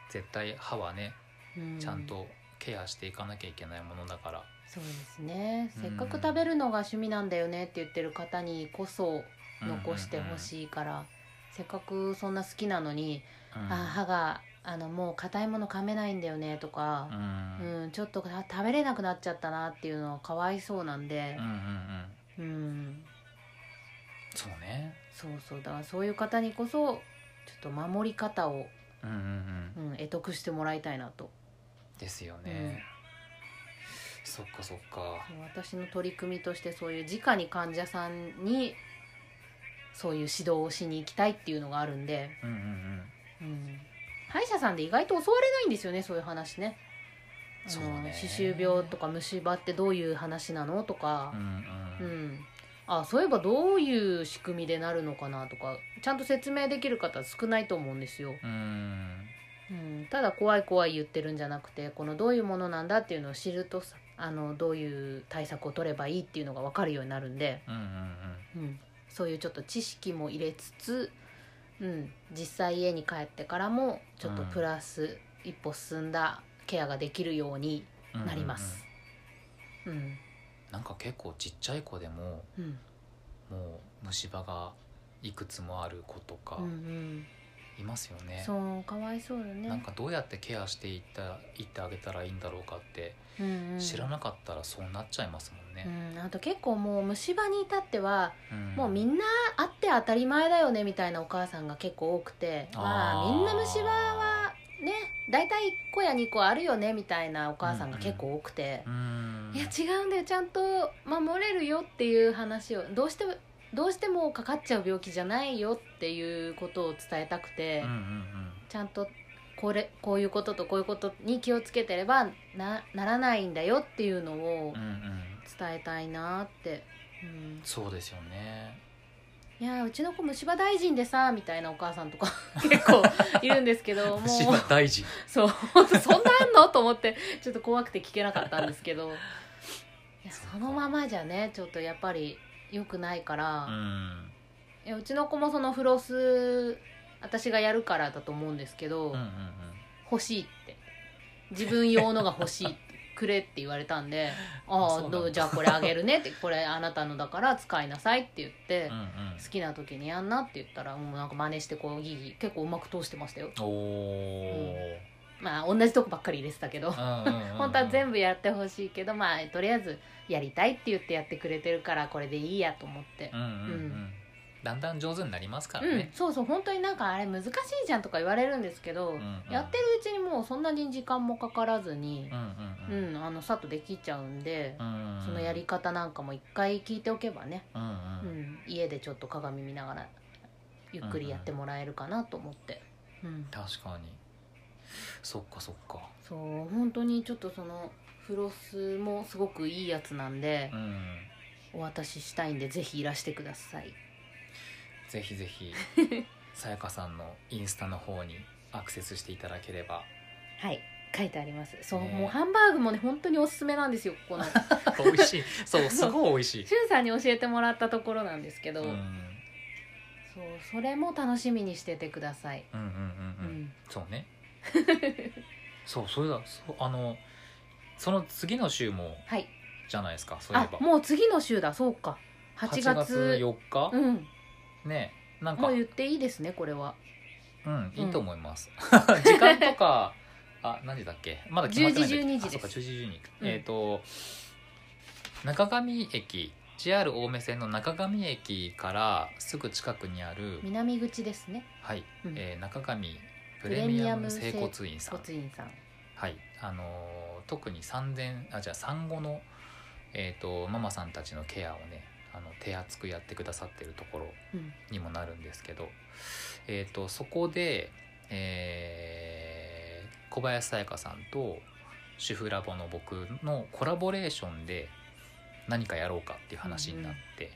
Speaker 2: 絶対歯はね
Speaker 1: う
Speaker 2: ちゃんとケアしていかなきゃいけないものだから。
Speaker 1: そうですね
Speaker 2: うん
Speaker 1: せっかく食べるのが趣味なんだよねって言ってる方にこそ残してほ
Speaker 2: い。
Speaker 1: しいから、せっかくそんな好きなのに、
Speaker 2: うん
Speaker 1: あ歯があのもう硬いもの噛めないんだよねとか
Speaker 2: う、ん
Speaker 1: う
Speaker 2: うん
Speaker 1: んちょっとた食べれなくなっちゃったなっていうのはかわいそうなんで
Speaker 2: うん
Speaker 1: う
Speaker 2: うん
Speaker 1: ん
Speaker 2: そうね。
Speaker 1: そうそうだからそういう方にこそちょっと守り方を、
Speaker 2: うんうんうん
Speaker 1: う。ん、得得してもらいたいなと
Speaker 2: ですよね、そっかそっか
Speaker 1: 私の取り組みとしてそういう直に患者さんにそういう指導をしに行きたいっていうのがあるんで、
Speaker 2: うんうんうん
Speaker 1: うん、歯医者さんで意外と教われないんですよねそういう話ねあ
Speaker 2: そう
Speaker 1: の
Speaker 2: ね
Speaker 1: 歯周病とか虫歯ってどういう話なのとか
Speaker 2: うんう
Speaker 1: うんん、あそういえばどういう仕組みでなるのかなとかちゃんと説明できる方少ないと思うんですよ、
Speaker 2: うん
Speaker 1: うん、ただ怖い怖い言ってるんじゃなくてこのどういうものなんだっていうのを知るとさあのどういう対策を取ればいいっていうのが分かるようになるんで、
Speaker 2: うんうん
Speaker 1: うん、そういうちょっと知識も入れつつ、うん、実際家に帰ってからもちょっとプラス一歩進んだケアができるように
Speaker 2: うん
Speaker 1: なります。うん
Speaker 2: うんうんなんか結構ちっちゃい子でも
Speaker 1: うん
Speaker 2: もう虫歯がいくつもある子とか
Speaker 1: うんうん、
Speaker 2: いますよね、
Speaker 1: そうかわいそうよね
Speaker 2: なんかどうやってケアしていったいってあげたらいいんだろうかって
Speaker 1: うんうん
Speaker 2: 知らなかったらそうなっちゃいますもん
Speaker 1: う
Speaker 2: ね、
Speaker 1: ん、あと結構もう虫歯に至ってはもうみ
Speaker 2: なん
Speaker 1: なあって当たり前だよねみたいなお母さんが結構多くてま
Speaker 2: あ
Speaker 1: あ
Speaker 2: ー
Speaker 1: みんな虫歯はね大体1個や2個あるよねみたいなお母さんが結構多くて、
Speaker 2: うん
Speaker 1: いや違うんだよちゃんと守れるよっていう話をどうしてもどうしてもかかっちゃう病気じゃないよっていうことを伝えたくて、
Speaker 2: うんうんうん
Speaker 1: ちゃんとこれこういうこととこういうことに気をつけてればなならないんだよっていうのを
Speaker 2: うんうん
Speaker 1: 伝えたいなって、うん、
Speaker 2: そうですよね
Speaker 1: いやーうちの子虫歯大臣でさみたいなお母さん とか結構いるんですけどもう
Speaker 2: 虫歯大事
Speaker 1: そう本当そんなんあんのと思ってちょっと怖くて聞けなかったんですけどいや
Speaker 2: そうか
Speaker 1: そのままじゃねちょっとやっぱり良くないか
Speaker 2: う
Speaker 1: ら、
Speaker 2: ん
Speaker 1: いやうちの子もそのフロス私がやるからだと思うんですけど、
Speaker 2: うんうんうん
Speaker 1: 欲しいって自分用のが欲しいってくれって言われたんで「
Speaker 2: そう
Speaker 1: あ
Speaker 2: な
Speaker 1: あ
Speaker 2: んだ
Speaker 1: どうじゃあこれあげるね」って「これあなたのだから使いなさい」って言って。
Speaker 2: うんうん
Speaker 1: 好きな時にやんなって言ったらもうなんか真似してこうギギ結構うまく通してましたよ
Speaker 2: おお
Speaker 1: まあ同じとこばっかり入れてたけど本
Speaker 2: 本
Speaker 1: 当は全
Speaker 2: 部
Speaker 1: 部やってほしいけどまあとりあえずやりたいって言ってやってくれてるからこれでいいやと思って
Speaker 2: うんうんうん
Speaker 1: う
Speaker 2: だんだん上手になりますから
Speaker 1: うん
Speaker 2: ね
Speaker 1: そうそう本当になんかあれ難しいじゃんとか言われるんですけどやってるうちにもうそんなに時間もかからずに
Speaker 2: うんう
Speaker 1: うんんあのさっとできちゃうんで
Speaker 2: うんうん
Speaker 1: そのやり方なんかも一回聞いておけばね
Speaker 2: うんうん
Speaker 1: うん家でちょっと鏡見ながらゆっくりやってもらえるかなと思ってうん
Speaker 2: 確かにそっかそっか
Speaker 1: そう本当にちょっとそのフロスもすごくいいやつなんで
Speaker 2: う、ん
Speaker 1: お渡ししたいんでぜひいらしてください
Speaker 2: ぜひぜ ひさやかさんのインスタの方にアクセスしていただければ
Speaker 1: はい書いてありますそう、
Speaker 2: ね
Speaker 1: もうハンバーグもね本当におすすめなんですよここのし
Speaker 2: 美味しい そうすごい美味しい
Speaker 1: ゅんさんに教えてもらったところなんですけど、
Speaker 2: うんうん
Speaker 1: そうそれも楽しみにしててください、
Speaker 2: うんうん
Speaker 1: う
Speaker 2: うん
Speaker 1: ん、
Speaker 2: そう ねそうそれだそうあのその次の週も
Speaker 1: はい
Speaker 2: じゃないですかそういえ
Speaker 1: あ
Speaker 2: ば
Speaker 1: もう次の週だそうか8月
Speaker 2: 4日、
Speaker 1: うん
Speaker 2: ねなんか
Speaker 1: もう言っていいですねこれは
Speaker 2: うん
Speaker 1: うん
Speaker 2: いいと思います、 時間とかあ何時だっけまだ決まってないんだっけ
Speaker 1: 10時12時
Speaker 2: あそうか
Speaker 1: です
Speaker 2: 10時12時、
Speaker 1: うん
Speaker 2: えっ、と中上駅 JR 青梅線の中上駅からすぐ近くにある、
Speaker 1: 南口ですね
Speaker 2: はい
Speaker 1: うん
Speaker 2: えー中上プレミアム整骨院さん
Speaker 1: 骨院さん
Speaker 2: はいあのー特に産前あじゃあ産後の、えー、とママさんたちのケアをねあの手厚くやってくださってるところ
Speaker 1: うん
Speaker 2: にもなるんですけど、えー、とそこで、えー小林さやかさんと主婦ラボの僕のコラボレーションで何かやろうかっていう話になって、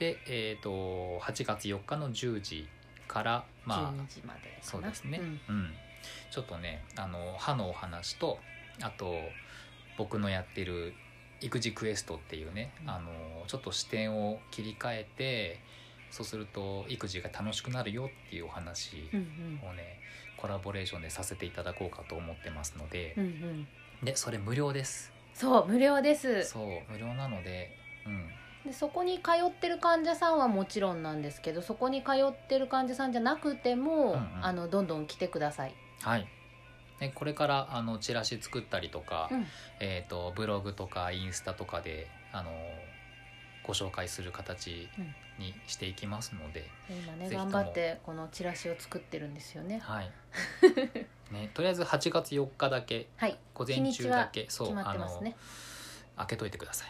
Speaker 2: で、えー、と8月4日の10時からまあ
Speaker 1: 12時までかな
Speaker 2: そうですね、
Speaker 1: ん
Speaker 2: うんちょっとねあの歯のお話とあと僕のやってる育児クエストっていうね、
Speaker 1: うん
Speaker 2: あのちょっと視点を切り替えてそうすると育児が楽しくなるよっていうお話
Speaker 1: うん
Speaker 2: をね、コラボレーションでさせていただこうかと思ってますので
Speaker 1: うんう、んうん
Speaker 2: でそれ無料です
Speaker 1: そう無料です
Speaker 2: そう無料なのでうん
Speaker 1: でそこに通ってる患者さんはもちろんなんですけどそこに通ってる患者さんじゃなくても、
Speaker 2: うんうん
Speaker 1: あのどんどん来てください、
Speaker 2: はいでこれからあのチラシ作ったりとか、
Speaker 1: うん
Speaker 2: えー、とブログとかインスタとかであのご紹介する形にしていきますので、
Speaker 1: 今ね
Speaker 2: ぜひと
Speaker 1: 頑
Speaker 2: も
Speaker 1: 張ってこのチラシを作ってるんですよね
Speaker 2: はい ね、とりあえず8月4日だけ
Speaker 1: はい
Speaker 2: 午前中だけそ
Speaker 1: 決
Speaker 2: う
Speaker 1: まっ
Speaker 2: あ
Speaker 1: てます
Speaker 2: の
Speaker 1: ね
Speaker 2: 開けといてくださ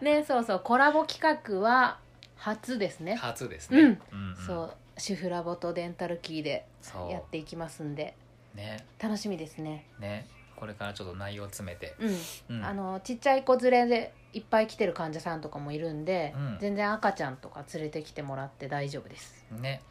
Speaker 2: い
Speaker 1: ねそうそうコラボ企画は初ですね、
Speaker 2: 初ですね、
Speaker 1: うん
Speaker 2: うんうん
Speaker 1: そう主婦ラボとデンタルキーで
Speaker 2: そう
Speaker 1: やっていきますんで
Speaker 2: ね
Speaker 1: 楽しみですね
Speaker 2: ねこれからちょっと内容詰めて、
Speaker 1: うん
Speaker 2: うん、
Speaker 1: あのちっちゃい子連れでいっぱい来てる患者さんとかもいるんで、
Speaker 2: うん
Speaker 1: 全然赤ちゃんとか連れてきてもらって大丈夫です。
Speaker 2: ね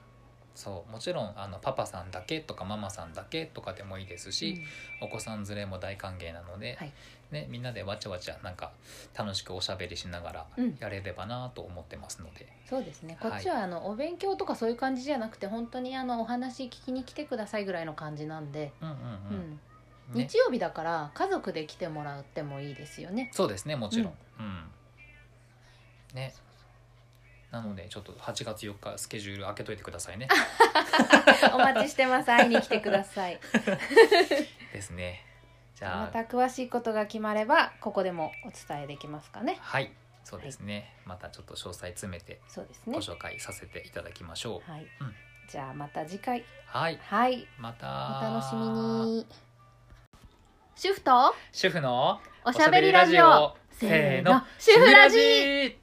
Speaker 2: そうもちろんあのパパさんだけとかママさんだけとかでもいいですし、お子さん連れも大歓迎なので、
Speaker 1: はい
Speaker 2: ね、みんなでわちゃわちゃなんか楽しくおしゃべりしながら
Speaker 1: うん
Speaker 2: やれればなと思ってますので、
Speaker 1: そうですねこ
Speaker 2: はい
Speaker 1: っちはあの、お勉強とかそういう感じじゃなくて本当にあのお話聞きに来てくださいぐらいの感じなんで、
Speaker 2: うんうん
Speaker 1: う
Speaker 2: うん
Speaker 1: ん
Speaker 2: ね
Speaker 1: 日曜日だから家族で来てもらってもいいですよね。
Speaker 2: そうですねもちろん、うんねなのでちょっと8月4日スケジュール開けといてくださいね
Speaker 1: お待ちしてます会いに来てくださ い。
Speaker 2: ですねじ
Speaker 1: ま
Speaker 2: ゃ
Speaker 1: た
Speaker 2: あ
Speaker 1: 詳しいことが決まればここでもお伝えできますかね。
Speaker 2: はいそうですね、またちょっと詳細詰めて
Speaker 1: そうです
Speaker 2: ご
Speaker 1: ね。
Speaker 2: 紹介させていただきましょう、
Speaker 1: はい。
Speaker 2: うん
Speaker 1: じゃあまた次回
Speaker 2: はい
Speaker 1: はい
Speaker 2: また
Speaker 1: お楽しみに主婦と
Speaker 2: 主婦の
Speaker 1: おしゃべりラジオせーの主婦ラジ
Speaker 2: ー